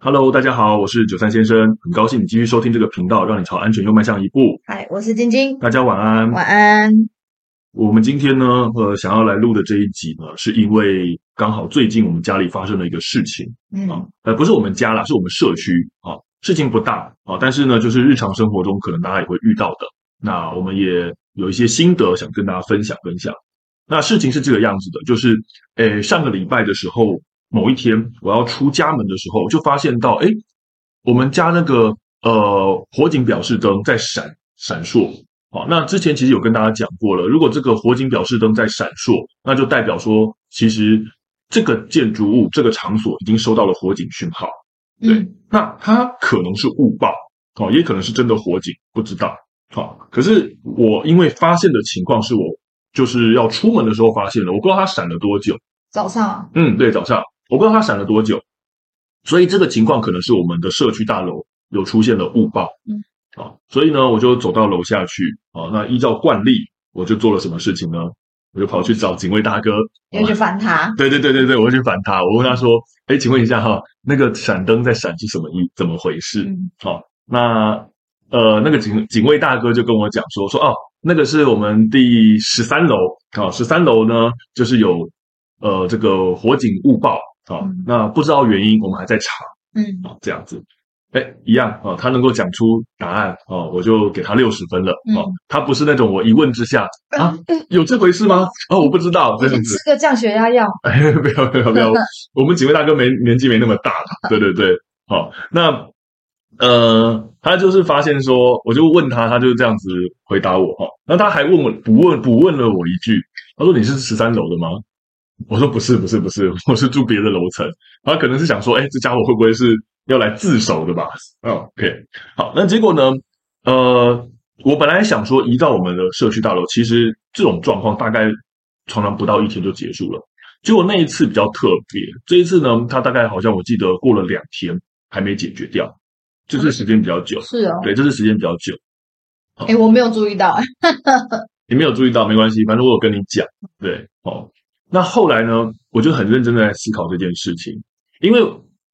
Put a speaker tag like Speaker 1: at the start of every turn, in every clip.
Speaker 1: Hello，大家好，我是九三先生，很高兴你继续收听这个频道，让你朝安全又迈向一步。
Speaker 2: 嗨，我是晶晶，
Speaker 1: 大家晚安。
Speaker 2: 晚安。
Speaker 1: 我们今天呢，呃，想要来录的这一集呢，是因为刚好最近我们家里发生了一个事情啊
Speaker 2: 嗯，，
Speaker 1: 呃，不是我们家啦，是我们社区啊，事情不大啊，但是呢，就是日常生活中可能大家也会遇到的。那我们也有一些心得想跟大家分享分享。那事情是这个样子的，就是，诶，上个礼拜的时候，某一天我要出家门的时候，就发现到，诶，我们家那个呃火警表示灯在闪闪烁。好，那之前其实有跟大家讲过了，如果这个火警表示灯在闪烁，那就代表说，其实这个建筑物、这个场所已经收到了火警讯号。对
Speaker 2: 嗯，
Speaker 1: 那它可能是误报，哦，也可能是真的火警，不知道。好、可是我因为发现的情况是我就是要出门的时候发现了，我不知道它闪了多久。
Speaker 2: 早上
Speaker 1: 嗯，对，早上我不知道它闪了多久，所以这个情况可能是我们的社区大楼有出现了误报。
Speaker 2: 嗯，
Speaker 1: 啊，所以呢，我就走到楼下去。啊，那依照惯例，我就做了什么事情呢？我就跑去找警卫大哥，
Speaker 2: 又去烦他，
Speaker 1: 对对对对对，我会去烦他，我问他说：“哎，请问一下哈，那个闪灯在闪是什么意？怎么回事
Speaker 2: 嗯，？”
Speaker 1: 好、那呃，那个警警卫大哥就跟我讲说说哦，那个是我们第十三楼啊，十、3三楼呢就是有呃这个火警误报啊、
Speaker 2: 嗯
Speaker 1: 那不知道原因，我们还在查
Speaker 2: 嗯
Speaker 1: 啊、这样子。哎，一样啊、他能够讲出答案啊、我就给他六十分了啊、
Speaker 2: 嗯
Speaker 1: 他不是那种我一问之下啊，有这回事吗？啊、我不知道这样子
Speaker 2: 吃。个降血压药，
Speaker 1: 哎， 没有没有没有，我们几位大哥没年纪没那么大啦，对对对，好，那呃，他就是发现说，我就问他，他就这样子回答我哈，那他还问我补问补问了我一句，他说你是十三楼的吗？我说不是不是不是，我是住别的楼层，他可能是想说，哎，这家伙会不会是要来自首的吧？嗯，OK，好，那结果呢？呃，我本来想说移到我们的社区大楼，其实这种状况大概常常不到一天就结束了。结果那一次比较特别，这一次呢，它大概好像我记得过了两天还没解决掉，这次时间比较久。
Speaker 2: 是哦。
Speaker 1: 对，这次时间比较久，
Speaker 2: 哎，我没有注意到，哎
Speaker 1: 你没有注意到没关系，反正我有跟你讲。对，哦，那后来呢，我就很认真的在思考这件事情，因为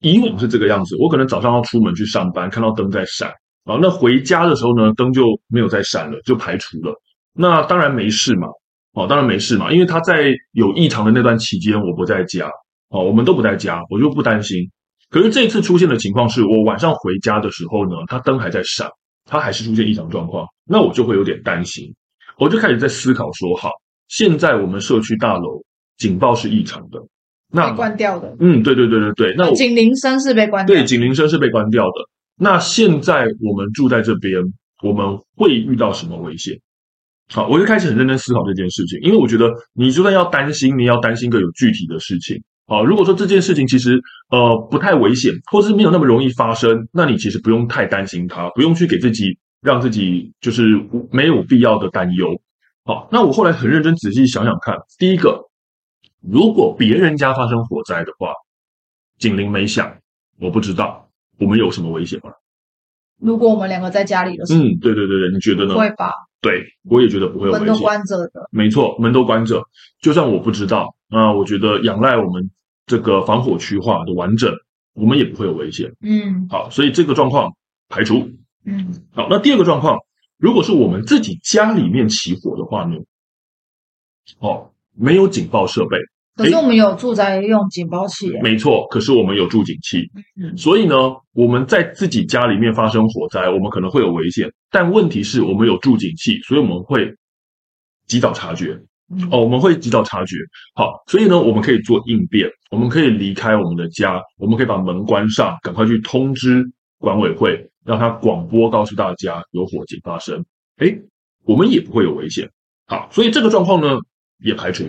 Speaker 1: 以往是这个样子，我可能早上要出门去上班，看到灯在闪，啊，那回家的时候呢，灯就没有再闪了，就排除了。那当然没事嘛，哦，当然没事嘛，因为他在有异常的那段期间，我不在家，哦，我们都不在家，我就不担心。可是这次出现的情况是我晚上回家的时候呢，他灯还在闪，他还是出现异常状况，那我就会有点担心，我就开始在思考说，好，现在我们社区大楼警报是异常的，那
Speaker 2: 被关掉的，
Speaker 1: 嗯，对对对对对，那我
Speaker 2: 警铃声是被关掉的，
Speaker 1: 对，警铃声是被关掉的。那现在我们住在这边，我们会遇到什么危险？好，我就开始很认真思考这件事情，因为我觉得你就算要担心，你也要担心个有具体的事情。好，如果说这件事情其实呃不太危险，或是没有那么容易发生，那你其实不用太担心它，不用去给自己让自己就是无没有必要的担忧。好，那我后来很认真仔细想想看，第一个，如果别人家发生火灾的话，警铃没响，我不知道我们有什么危险吗？
Speaker 2: 如果我们两个在家里的时
Speaker 1: 嗯，对对对对，你觉得呢
Speaker 2: 候，？会吧，
Speaker 1: 对，我也觉得不会有
Speaker 2: 门
Speaker 1: 危
Speaker 2: 都
Speaker 1: 险。
Speaker 2: 关着的，
Speaker 1: 没错，门都关着，就算我不知道，那我觉得仰赖我们这个防火区划的完整，我们也不会有危险。
Speaker 2: 嗯
Speaker 1: 好，所以这个状况排除。
Speaker 2: 嗯，
Speaker 1: 好，那第二个状况，如果是我们自己家里面起火的话呢？哦，没有警报设备，
Speaker 2: 可是我们有住宅用警报器，哎
Speaker 1: 没错，可是我们有助警器，
Speaker 2: 嗯
Speaker 1: 所以呢，我们在自己家里面发生火灾，我们可能会有危险，但问题是我们有助警器，所以我们会及早察觉。
Speaker 2: 嗯
Speaker 1: 哦，我们会及早察觉。好，所以呢，我们可以做应变，我们可以离开我们的家，我们可以把门关上，赶快去通知管委会，让他广播告诉大家有火警发生。诶，我们也不会有危险。好，所以这个状况呢也排除。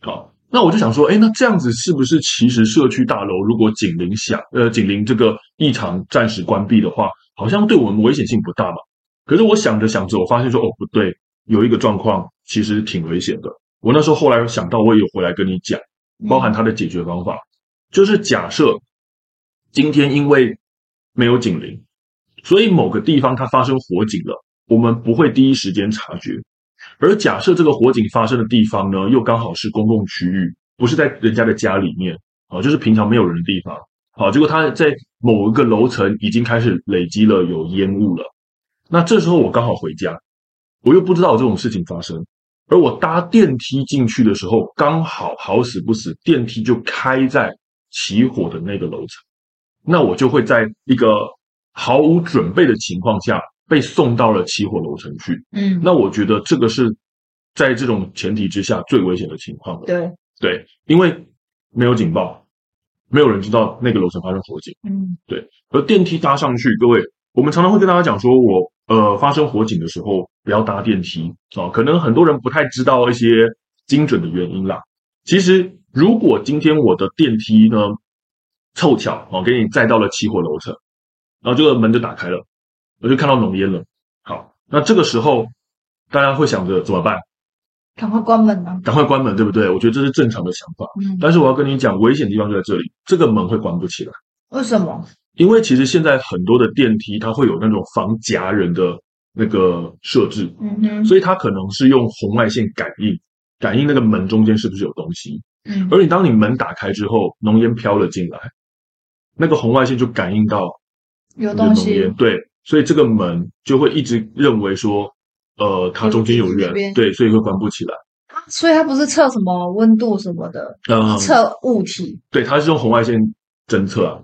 Speaker 1: 好，那我就想说，诶，那这样子是不是其实社区大楼如果警铃响，呃，警铃这个异常暂时关闭的话，好像对我们危险性不大嘛？可是我想着想着，我发现说，哦，不对，有一个状况其实挺危险的。我那时候后来想到，我也有回来跟你讲，
Speaker 2: 嗯
Speaker 1: 包含它的解决方法，就是假设今天因为没有警铃，所以某个地方它发生火警了，我们不会第一时间察觉。而假设这个火警发生的地方呢，又刚好是公共区域，不是在人家的家里面啊，就是平常没有人的地方，好，结果他在某一个楼层已经开始累积了有烟雾了。那这时候我刚好回家，我又不知道有这种事情发生，而我搭电梯进去的时候，刚好好死不死，电梯就开在起火的那个楼层，那我就会在一个毫无准备的情况下被送到了起火楼层去。
Speaker 2: 嗯，
Speaker 1: 那我觉得这个是在这种前提之下最危险的情况了。
Speaker 2: 对，
Speaker 1: 对，因为没有警报，没有人知道那个楼层发生火警。
Speaker 2: 嗯
Speaker 1: 而电梯搭上去，各位，我们常常会跟大家讲说，我呃发生火警的时候不要搭电梯哦。可能很多人不太知道一些精准的原因啦。其实，如果今天我的电梯呢凑巧哦给你载到了起火楼层，然后这个门就打开了，我就看到浓烟了。好，那这个时候大家会想着怎么办？
Speaker 2: 赶快关门啊！
Speaker 1: 赶快关门，对不对？我觉得这是正常的想法。
Speaker 2: 嗯，
Speaker 1: 但是我要跟你讲，危险的地方就在这里，这个门会关不起来。
Speaker 2: 为什么？
Speaker 1: 因为其实现在很多的电梯它会有那种防夹人的那个设置，
Speaker 2: 嗯哼，
Speaker 1: 所以它可能是用红外线感应，感应那个门中间是不是有东西。
Speaker 2: 嗯
Speaker 1: 而你当你门打开之后，浓烟飘了进来，那个红外线就感应到
Speaker 2: 有
Speaker 1: 你的
Speaker 2: 东
Speaker 1: 浓
Speaker 2: 西
Speaker 1: 烟，，对，所以这个门就会一直认为说，呃，它中间有
Speaker 2: 有
Speaker 1: 人，
Speaker 2: 人
Speaker 1: 对，所以会关不起来。
Speaker 2: 啊所以它不是测什么温度什么的，
Speaker 1: 嗯，
Speaker 2: 测物体。
Speaker 1: 对，它是用红外线侦测啊，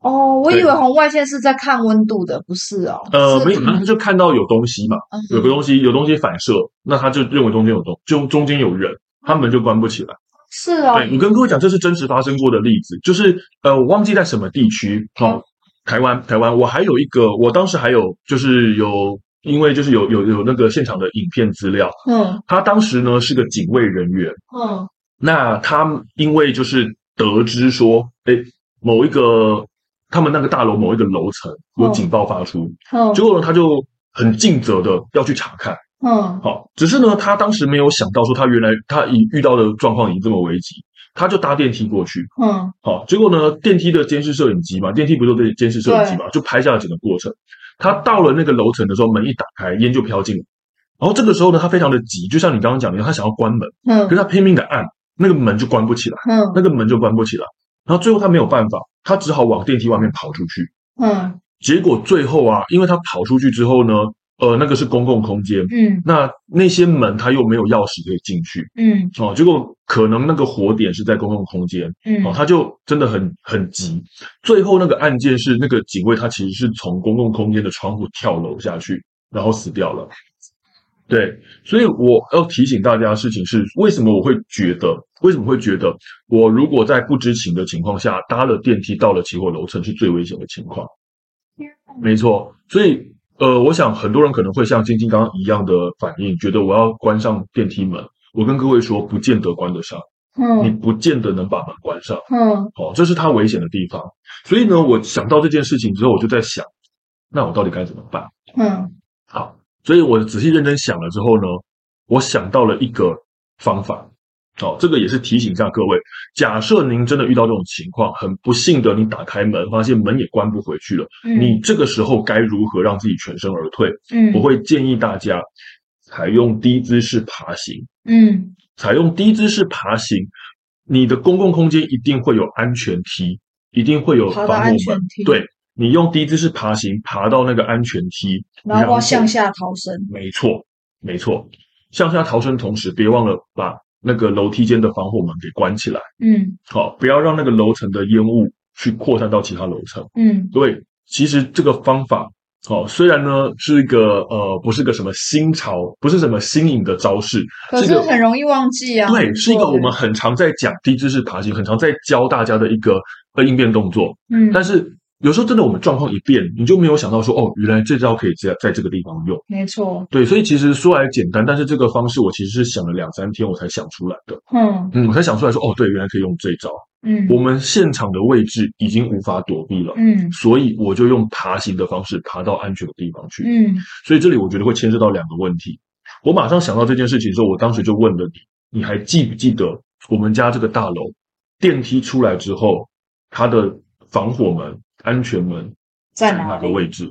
Speaker 2: 哦，我以
Speaker 1: 对
Speaker 2: 为红外线是在看温度的，不是哦。
Speaker 1: 呃，
Speaker 2: 是
Speaker 1: 没有，它就看到有东西嘛，
Speaker 2: 嗯
Speaker 1: 有个东西有东西反射，那他就认为中间有东，就中间有人，他门就关不起来。
Speaker 2: 是哦，
Speaker 1: 对，我跟各位讲，这是真实发生过的例子，就是呃，我忘记在什么地区，哦，台湾，台湾，我还有一个，我当时还有就是有，因为就是有有有那个现场的影片资料，
Speaker 2: 嗯
Speaker 1: 他当时呢是个警卫人员，
Speaker 2: 嗯
Speaker 1: 那他因为就是得知说，哎，某一个他们那个大楼某一个楼层有
Speaker 2: 哦
Speaker 1: 警报发出，
Speaker 2: 嗯
Speaker 1: 结果呢他就很尽责的要去查看。
Speaker 2: 嗯
Speaker 1: 好，只是呢，他当时没有想到说他原来他已遇到的状况已经这么危急，他就搭电梯过去。
Speaker 2: 嗯
Speaker 1: 好，结果呢，电梯的监视摄影机嘛，电梯不是对监视摄影机嘛，就拍下了整个过程。他到了那个楼层的时候，门一打开，烟就飘进来。然后这个时候呢，他非常的急，就像你刚刚讲的，他想要关门，
Speaker 2: 嗯
Speaker 1: 可是他拼命的按，那个门就关不起来，
Speaker 2: 嗯
Speaker 1: 那个门就关不起来。然后最后他没有办法，他只好往电梯外面跑出去。
Speaker 2: 嗯
Speaker 1: 结果最后啊，因为他跑出去之后呢，呃，那个是公共空间，
Speaker 2: 嗯
Speaker 1: 那那些门他又没有钥匙可以进去
Speaker 2: 嗯
Speaker 1: 哦，结果可能那个火点是在公共空间哦，
Speaker 2: 嗯，
Speaker 1: 他就真的很很急。最后那个案件是那个警卫他其实是从公共空间的窗户跳楼下去，然后死掉了。对，所以我要提醒大家的事情是，为什么我会觉得，为什么会觉得我如果在不知情的情况下搭了电梯到了起火楼层是最危险的情况？没错，所以呃，我想很多人可能会像晶晶刚刚一样的反应，觉得我要关上电梯门。我跟各位说，不见得关得上，你
Speaker 2: 嗯
Speaker 1: 不见得能把门关上。
Speaker 2: 嗯
Speaker 1: 哦，这是它危险的地方。所以呢，我想到这件事情之后，我就在想，那我到底该怎么办？
Speaker 2: 嗯
Speaker 1: 好，所以我仔细认真想了之后呢，我想到了一个方法。好、这个也是提醒一下各位，假设您真的遇到这种情况，很不幸的你打开门，发现门也关不回去了，
Speaker 2: 嗯，
Speaker 1: 你这个时候该如何让自己全身而退？
Speaker 2: 嗯
Speaker 1: 我会建议大家采用低姿势爬行。
Speaker 2: 嗯
Speaker 1: 采用低姿势爬行，你的公共空间一定会有安全梯，一定会有
Speaker 2: 爬
Speaker 1: 防
Speaker 2: 到安
Speaker 1: 护
Speaker 2: 全
Speaker 1: 门。
Speaker 2: 梯，
Speaker 1: 对，你用低姿势爬行爬到那个安全梯，
Speaker 2: 然后
Speaker 1: 后
Speaker 2: 向下逃生，
Speaker 1: 没错，没错，向下逃生同时，别忘了把那个楼梯间的防火门给关起来，
Speaker 2: 嗯
Speaker 1: 好、不要让那个楼层的烟雾去扩散到其他楼层。
Speaker 2: 嗯
Speaker 1: 各位，其实这个方法，哦，虽然呢是一个呃，不是个什么新潮，不是什么新颖的招式，
Speaker 2: 可
Speaker 1: 这
Speaker 2: 是
Speaker 1: 个
Speaker 2: 很容易忘记啊。
Speaker 1: 对，是一个
Speaker 2: 做
Speaker 1: 我
Speaker 2: 人
Speaker 1: 们很常在讲低姿势爬行，很常在教大家的一个呃应变动作。
Speaker 2: 嗯，
Speaker 1: 但是有时候真的我们状况一变，你就没有想到说哦，原来这招可以在在这个地方用。
Speaker 2: 没错，
Speaker 1: 对，所以其实说来简单，但是这个方式我其实是想了两三天我才想出来的。
Speaker 2: 嗯
Speaker 1: 嗯，我才想出来说哦，对，原来可以用这招。
Speaker 2: 嗯
Speaker 1: 我们现场的位置已经无法躲避了。
Speaker 2: 嗯
Speaker 1: 所以我就用爬行的方式爬到安全的地方去。
Speaker 2: 嗯
Speaker 1: 所以这里我觉得会牵涉到两个问题。我马上想到这件事情的时候，我当时就问了你，你还记不记得我们家这个大楼电梯出来之后，它的防火门、安全门
Speaker 2: 在哪
Speaker 1: 哪个
Speaker 2: 里
Speaker 1: 位置？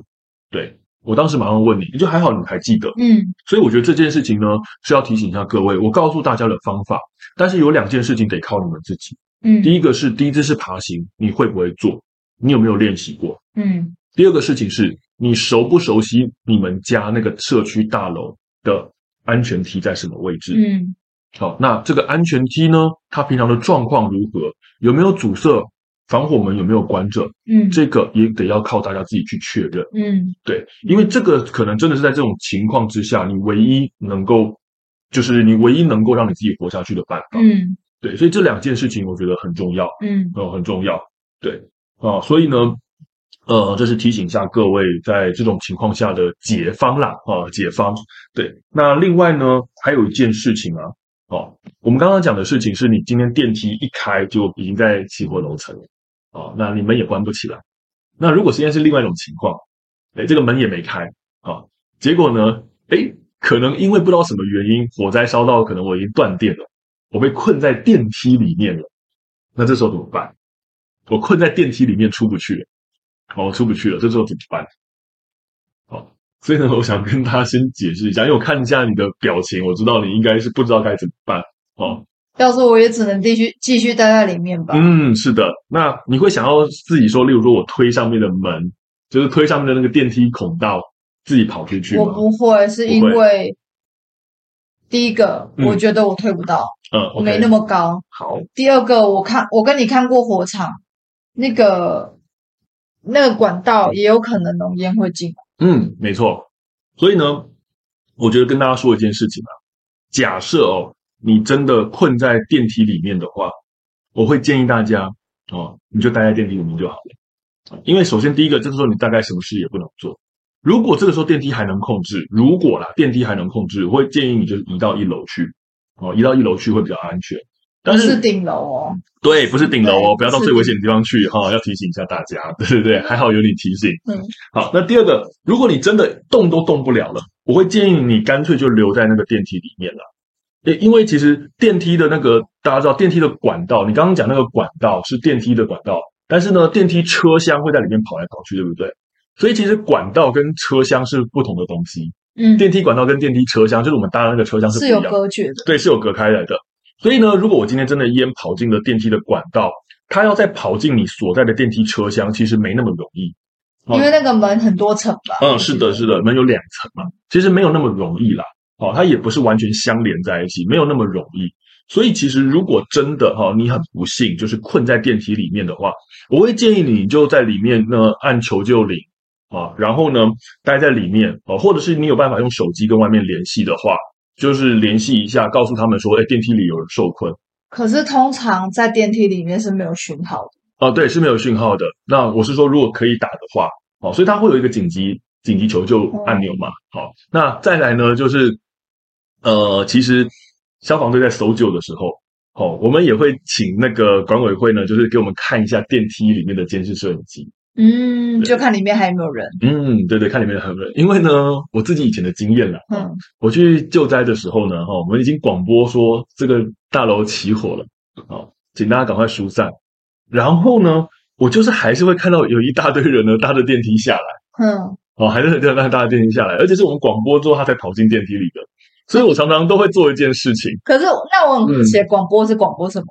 Speaker 1: 对我当时马上问你，你就还好你还记得。
Speaker 2: 嗯
Speaker 1: 所以我觉得这件事情呢是要提醒一下各位，我告诉大家的方法，但是有两件事情得靠你们自己。
Speaker 2: 嗯
Speaker 1: 第一个是第一次是爬行，你会不会做？你有没有练习过？
Speaker 2: 嗯
Speaker 1: 第二个事情是你熟不熟悉你们家那个社区大楼的安全梯在什么位置？
Speaker 2: 嗯
Speaker 1: 好，那这个安全梯呢，它平常的状况如何？有没有阻塞？防火门有没有关着？
Speaker 2: 嗯
Speaker 1: 这个也得要靠大家自己去确认。
Speaker 2: 嗯
Speaker 1: 对，因为这个可能真的是在这种情况之下，你唯一能够，就是你唯一能够让你自己活下去的办法。
Speaker 2: 嗯
Speaker 1: 对，所以这两件事情我觉得很重要，
Speaker 2: 嗯
Speaker 1: 哦，很重要。对，啊，所以呢，呃，这是提醒一下各位在这种情况下的解方啦，啊，解方。对，那另外呢，还有一件事情啊，哦，我们刚刚讲的事情是你今天电梯一开就已经在起火楼层了，哦，那你门也关不起来。那如果现在是另外一种情况，哎，这个门也没开啊、哦结果呢，哎，可能因为不知道什么原因，火灾烧到，可能我已经断电了，我被困在电梯里面了。那这时候怎么办？我困在电梯里面出不去了，哦，我出不去了，这时候怎么办？好、所以呢，我想跟大家先解释一下，因为我看一下你的表情，我知道你应该是不知道该怎么办哦。
Speaker 2: 要是我也只能继续继续待在里面吧。
Speaker 1: 嗯，是的。那你会想要自己说，例如说我推上面的门，就是推上面的那个电梯孔道，自己跑出去吗
Speaker 2: 我？不会，是因为第一个，
Speaker 1: 嗯
Speaker 2: 我觉得我推不到，
Speaker 1: 嗯
Speaker 2: 我
Speaker 1: ，OK，
Speaker 2: 没那么高。
Speaker 1: 好。
Speaker 2: 第二个，我看我跟你看过火场，那个那个管道也有可能浓烟会进来。
Speaker 1: 嗯，没错。所以呢，我觉得跟大家说一件事情啊，假设哦，你真的困在电梯里面的话，我会建议大家哦，你就待在电梯里面就好了。因为首先第一个，这个时候你大概什么事也不能做。如果这个时候电梯还能控制，如果啦电梯还能控制，我会建议你就是移到一楼去哦，移到一楼去会比较安全。但
Speaker 2: 不是顶楼哦，
Speaker 1: 对，不是顶楼哦，
Speaker 2: 对
Speaker 1: 不要到
Speaker 2: 是
Speaker 1: 最危险的地方去哈、要提醒一下大家。 对对对，还好有你提醒。
Speaker 2: 嗯，
Speaker 1: 好，那第二个，如果你真的动都动不了了，我会建议你干脆就留在那个电梯里面了。诶，因为其实电梯的那个大家知道，电梯的管道，你刚刚讲那个管道是电梯的管道，但是呢，电梯车厢会在里面跑来跑去，对不对？所以其实管道跟车厢是不同的东西，
Speaker 2: 嗯，
Speaker 1: 电梯管道跟电梯车厢就是我们搭的那个车厢是不
Speaker 2: 是
Speaker 1: 一样
Speaker 2: 有
Speaker 1: 的。
Speaker 2: 隔 绝的。
Speaker 1: 对，是有隔开来的。所以呢，如果我今天真的烟跑进了电梯的管道，它要再跑进你所在的电梯车厢，其实没那么容易。哦
Speaker 2: 因为那个门很多层吧。
Speaker 1: 嗯，是的，是的，门有两层嘛，其实没有那么容易啦。哦，它也不是完全相连在一起，没有那么容易。所以其实如果真的哈、哦，你很不幸就是困在电梯里面的话，我会建议你就在里面呢按求救铃啊，然后呢待在里面哦，或者是你有办法用手机跟外面联系的话，就是联系一下，告诉他们说，哎，电梯里有人受困。
Speaker 2: 可是通常在电梯里面是没有讯号的。
Speaker 1: 哦，对，是没有讯号的。那我是说，如果可以打的话，哦，所以它会有一个紧急紧急求救按钮嘛。好、那再来呢，就是呃，其实消防队在搜救的时候，哦，我们也会请那个管委会呢，就是给我们看一下电梯里面的监视摄影机。
Speaker 2: 嗯，
Speaker 1: 对
Speaker 2: 就看里面还有没有人。
Speaker 1: 嗯，对对，看里面很人。因为呢，我自己以前的经验啦，哦
Speaker 2: 嗯
Speaker 1: 我去救灾的时候呢，哈、我们已经广播说这个大楼起火了，哦，请大家赶快疏散。然后呢，我就是还是会看到有一大堆人呢搭着电梯下来，
Speaker 2: 嗯，
Speaker 1: 哦，还是很搭搭着电梯下来，而且是我们广播之后他才跑进电梯里的。所以我常常都会做一件事情，
Speaker 2: 可是那我
Speaker 1: 嗯
Speaker 2: 很好奇，广播是广播什么？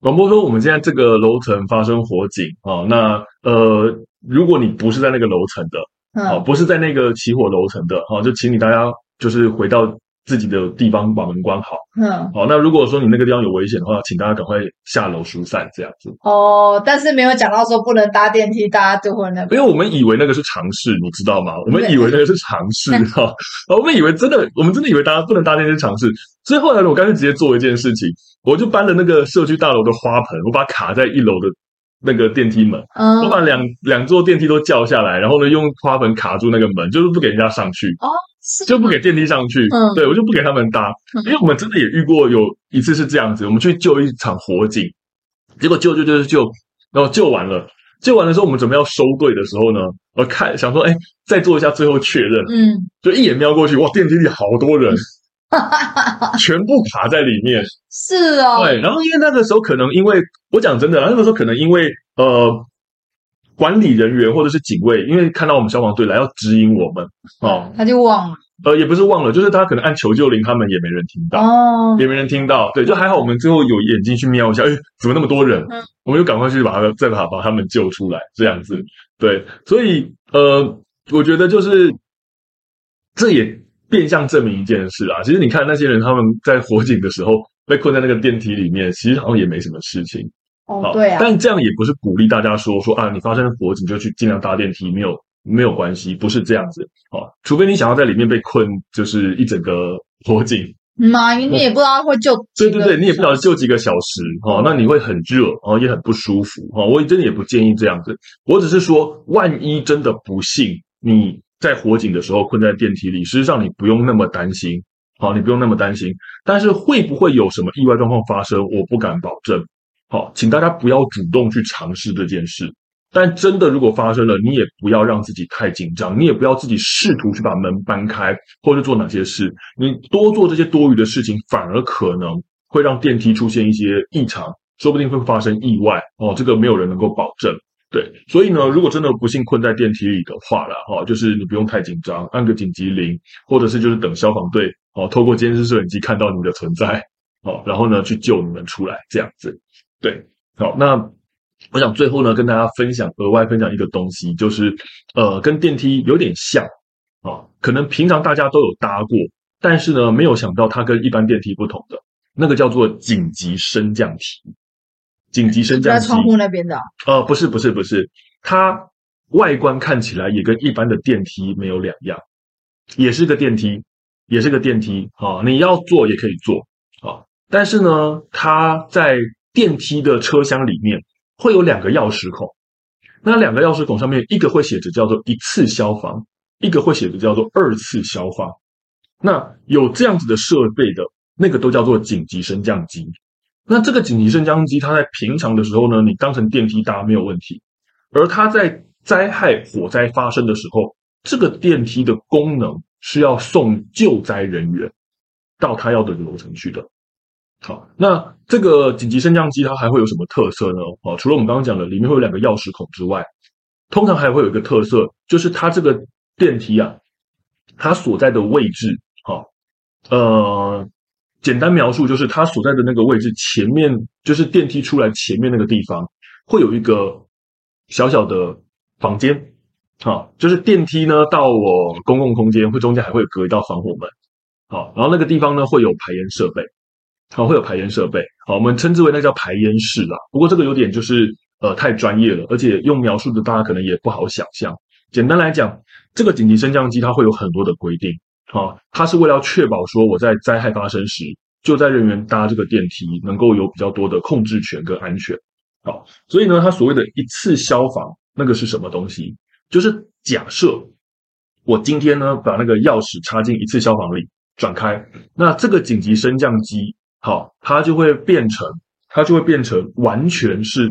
Speaker 1: 广播说我们现在这个楼层发生火警，哦，那呃，如果你不是在那个楼层的，好，
Speaker 2: 嗯
Speaker 1: 不是在那个起火楼层的，哦好，就请你大家就是回到自己的地方把门关好。
Speaker 2: 嗯，
Speaker 1: 好，那如果说你那个地方有危险的话，请大家赶快下楼疏散这样子，
Speaker 2: 哦，但是没有讲到说不能搭电梯，大家就会那个。
Speaker 1: 因为我们以为那个是常识，你知道吗？我们以为那个是常识哈、我们以为真的，我们真的以为大家不能搭那些常识，所以后来呢，我干脆直接做一件事情，我就搬了那个社区大楼的花盆，我把它卡在一楼的那个电梯门，
Speaker 2: 嗯
Speaker 1: 我，把两两座电梯都叫下来，然后呢用花盆卡住那个门，就是不给人家上去。
Speaker 2: 是
Speaker 1: 就不给电梯上去。
Speaker 2: 嗯
Speaker 1: 对我就不给他们搭，
Speaker 2: 嗯
Speaker 1: 因为我们真的也遇过有一次是这样子，我们去救一场火警，结果救救救救救，然后救完了，救完的时候我们准备要收队的时候呢，我看想说，哎，再做一下最后确认，
Speaker 2: 嗯，
Speaker 1: 就一眼瞄过去，哇，电梯里好多 人。全部卡在里面，
Speaker 2: 是哦，
Speaker 1: 对。然后因为那个时候可能因为我讲真的啦，那个时候可能因为呃管理人员或者是警卫，因为看到我们消防队来要指引我们哦，
Speaker 2: 他就忘了。
Speaker 1: 呃，也不是忘了，就是他可能按求救铃，他们也没人听到，
Speaker 2: 哦，
Speaker 1: 也没人听到。对，就还好，我们最后有眼睛去瞄一下，哎，怎么那么多人？
Speaker 2: 嗯
Speaker 1: 我们就赶快去把他再把把他们救出来，这样子。对，所以呃，我觉得就是这也变相证明一件事啊。其实你看那些人，他们在火警的时候被困在那个电梯里面，其实好像也没什么事情。
Speaker 2: 哦
Speaker 1: 好，
Speaker 2: 对啊，
Speaker 1: 但这样也不是鼓励大家说说啊，你发生了火警就去尽量搭电梯，没有没有关系，不是这样子啊。好除非你想要在里面被困，就是一整个火警，
Speaker 2: 妈，嗯啊因为你也不知道会救
Speaker 1: 对
Speaker 2: 几个，
Speaker 1: 对对，你也不晓得救几个小时哦，那你会很热哦，也很不舒服哦。我真的也不建议这样子，我只是说，万一真的不幸你在火警的时候困在电梯里，实际上你不用那么担心，好、你不用那么担心。但是会不会有什么意外状况发生，我不敢保证。好、请大家不要主动去尝试这件事。但真的，如果发生了，你也不要让自己太紧张，你也不要自己试图去把门搬开，或者做哪些事。你多做这些多余的事情，反而可能会让电梯出现一些异常，说不定会发生意外哦，这个没有人能够保证。对，所以呢，如果真的不幸困在电梯里的话了，哈、哦，就是你不用太紧张，按个紧急铃，或者是就是等消防队哦，透过监视摄影机看到你们的存在，哦，然后呢去救你们出来，这样子。对，好，那我想最后呢，跟大家分享额外分享一个东西，就是呃，跟电梯有点像啊、可能平常大家都有搭过，但是呢，没有想到它跟一般电梯不同的。那个叫做紧急升降梯。紧急升
Speaker 2: 就
Speaker 1: 降
Speaker 2: 在
Speaker 1: 梯，
Speaker 2: 窗户那边的啊，
Speaker 1: 呃，不是，不是，不是，它外观看起来也跟一般的电梯没有两样，也是个电梯，也是个电梯啊、你要坐也可以坐啊、但是呢，它在电梯的车厢里面会有两个钥匙孔，那两个钥匙孔上面一个会写着叫做一次消防，一个会写着叫做二次消防。那有这样子的设备的那个都叫做紧急升降机。那这个紧急升降机，它在平常的时候呢，你当成电梯搭没有问题；而它在灾害、火灾发生的时候，这个电梯的功能是要送救灾人员到他要的楼层去的。好，那这个紧急升降机它还会有什么特色呢？哦，除了我们刚刚讲的里面会有两个钥匙孔之外，通常还会有一个特色，就是它这个电梯啊，它所在的位置，好、呃，简单描述就是它所在的那个位置前面，就是电梯出来前面那个地方，会有一个小小的房间。好、就是电梯呢到我公共空间会中间还会隔一道防火门。好、然后那个地方呢会有排烟设备，好、会有排烟设备。好、我们称之为那叫排烟室啦。不过这个有点就是呃太专业了，而且用描述的大家可能也不好想象。简单来讲，这个紧急升降机它会有很多的规定。啊，它是为了要确保说我在灾害发生时，救灾人员搭这个电梯能够有比较多的控制权跟安全。好，所以呢，它所谓的一次消防那个是什么东西？就是假设我今天呢把那个钥匙插进一次消防里转开，那这个紧急升降机，好，它就会变成它就会变成完全是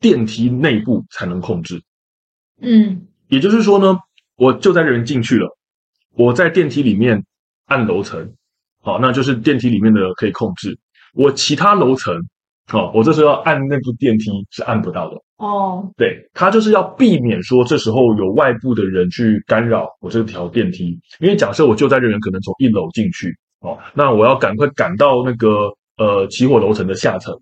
Speaker 1: 电梯内部才能控制。
Speaker 2: 嗯，
Speaker 1: 也就是说呢，我救灾人员进去了，我在电梯里面按楼层，好，那就是电梯里面的可以控制。我其他楼层，好，我这时候要按那部电梯是按不到的。
Speaker 2: 哦，
Speaker 1: 对，它就是要避免说这时候有外部的人去干扰我这条电梯，因为假设我救灾人员可能从一楼进去，哦，那我要赶快赶到那个呃起火楼层的下层，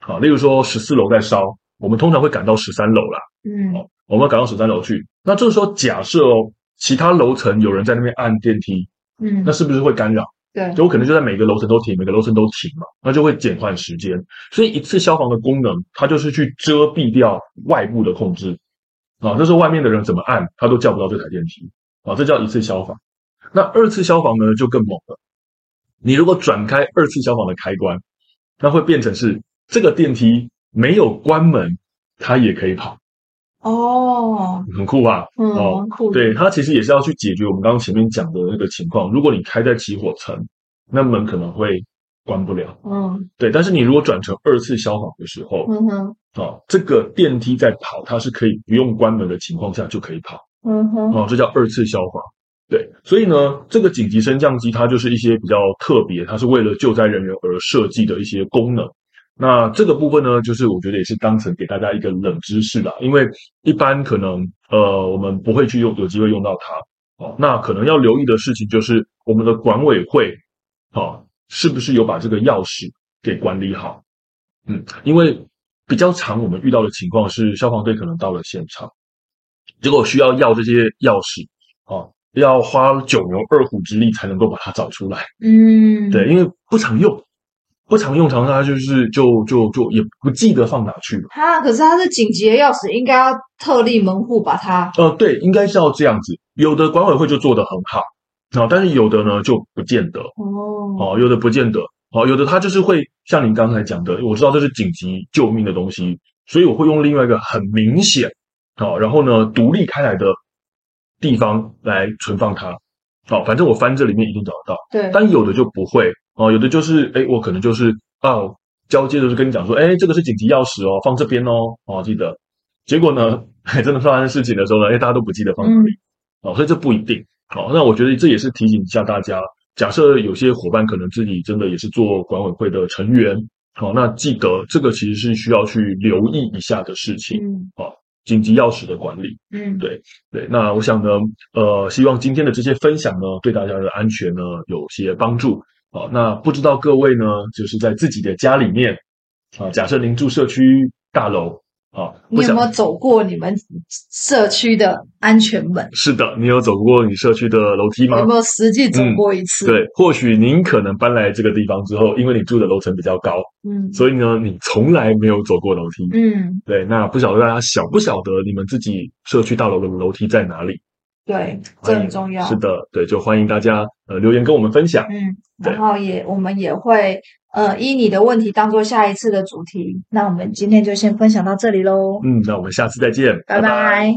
Speaker 1: 好，例如说十四楼在烧，我们通常会赶到十三楼啦。
Speaker 2: 嗯，
Speaker 1: 我们要赶到十三楼去。那这个时候，假设哦，其他楼层有人在那边按电梯，
Speaker 2: 嗯
Speaker 1: 那，是不是会干扰？
Speaker 2: 对，
Speaker 1: 就我可能就在每个楼层都停，每个楼层都停嘛，那就会减缓时间。所以一次消防的功能，它就是去遮蔽掉外部的控制啊，这时候外面的人怎么按，他都叫不到这台电梯啊，这叫一次消防。那二次消防呢，就更猛了。你如果转开二次消防的开关，那会变成是这个电梯没有关门，它也可以跑，
Speaker 2: 哦，
Speaker 1: 很酷吧？
Speaker 2: 嗯，
Speaker 1: 哦
Speaker 2: 蛮酷的，
Speaker 1: 对，它其实也是要去解决我们刚刚前面讲的那个情况。如果你开在起火层，那门可能会关不了。
Speaker 2: 嗯
Speaker 1: 对，但是你如果转成二次消防的时候，
Speaker 2: 嗯哼，
Speaker 1: 哦，这个电梯在跑，它是可以不用关门的情况下就可以跑。
Speaker 2: 嗯哼，
Speaker 1: 哦，这叫二次消防。对，所以呢，这个紧急升降机它就是一些比较特别，它是为了救灾人员而设计的一些功能。那这个部分呢，就是我觉得也是当成给大家一个冷知识啦，因为一般可能呃我们不会去用有机会用到它。哦，那可能要留意的事情就是我们的管委会，哦，是不是有把这个钥匙给管理好？嗯，因为比较常我们遇到的情况是，消防队可能到了现场，结果需要要这些钥匙，哦，要花九牛二虎之力才能够把它找出来。
Speaker 2: 嗯，
Speaker 1: 对，，因为不常用，不常用，常常它就是就就就也不记得放哪去了。
Speaker 2: 哈，可是它是紧急的钥匙，应该要特例门户把它，
Speaker 1: 呃，对，应该是要这样子。有的管委会就做得很好，啊，但是有的呢就不见得
Speaker 2: 哦，
Speaker 1: 哦，有的不见得哦，有的他就是会像您刚才讲的，我知道这是紧急救命的东西，所以我会用另外一个很明显哦，然后呢独立开来的地方来存放它。哦，反正我翻这里面一定找得到。
Speaker 2: 对，
Speaker 1: 但有的就不会哦，有的就是哎，诶我可能就是啊，我交接的时候跟你讲说，哎，这个是紧急钥匙哦，放这边哦，哦，记得。结果呢， 嘿真的发生事情的时候呢，哎，大家都不记得放
Speaker 2: 嗯
Speaker 1: 哪里、哦，所以这不一定哦。那我觉得这也是提醒一下大家，假设有些伙伴可能自己真的也是做管委会的成员，哦，那记得这个其实是需要去留意一下的事情，
Speaker 2: 嗯
Speaker 1: 紧急钥匙的管理。
Speaker 2: 嗯，
Speaker 1: 对对，那我想呢，呃，希望今天的这些分享呢，对大家的安全呢有些帮助。好、那不知道各位呢，就是在自己的家里面啊，假设您住社区大楼啊，
Speaker 2: 你
Speaker 1: 我
Speaker 2: 有
Speaker 1: 想
Speaker 2: 没有走过你们社区的安全门？
Speaker 1: 是的，你有走过你社区的楼梯吗？
Speaker 2: 有没有实际走
Speaker 1: 嗯
Speaker 2: 过一次？
Speaker 1: 对，或许您可能搬来这个地方之后，因为你住的楼层比较高，
Speaker 2: 嗯
Speaker 1: 所以呢，你从来没有走过楼梯。
Speaker 2: 嗯，
Speaker 1: 对，那不晓得大家晓不晓得你们自己社区大楼的楼梯在哪里？
Speaker 2: 对，这很重要。
Speaker 1: 是的，对，就欢迎大家呃留言跟我们分享。
Speaker 2: 嗯，
Speaker 1: 对
Speaker 2: 然后也我们也会呃依你的问题当做下一次的主题。那我们今天就先分享到这里喽，
Speaker 1: 嗯嗯，那我们下次再见，
Speaker 2: 嗯拜拜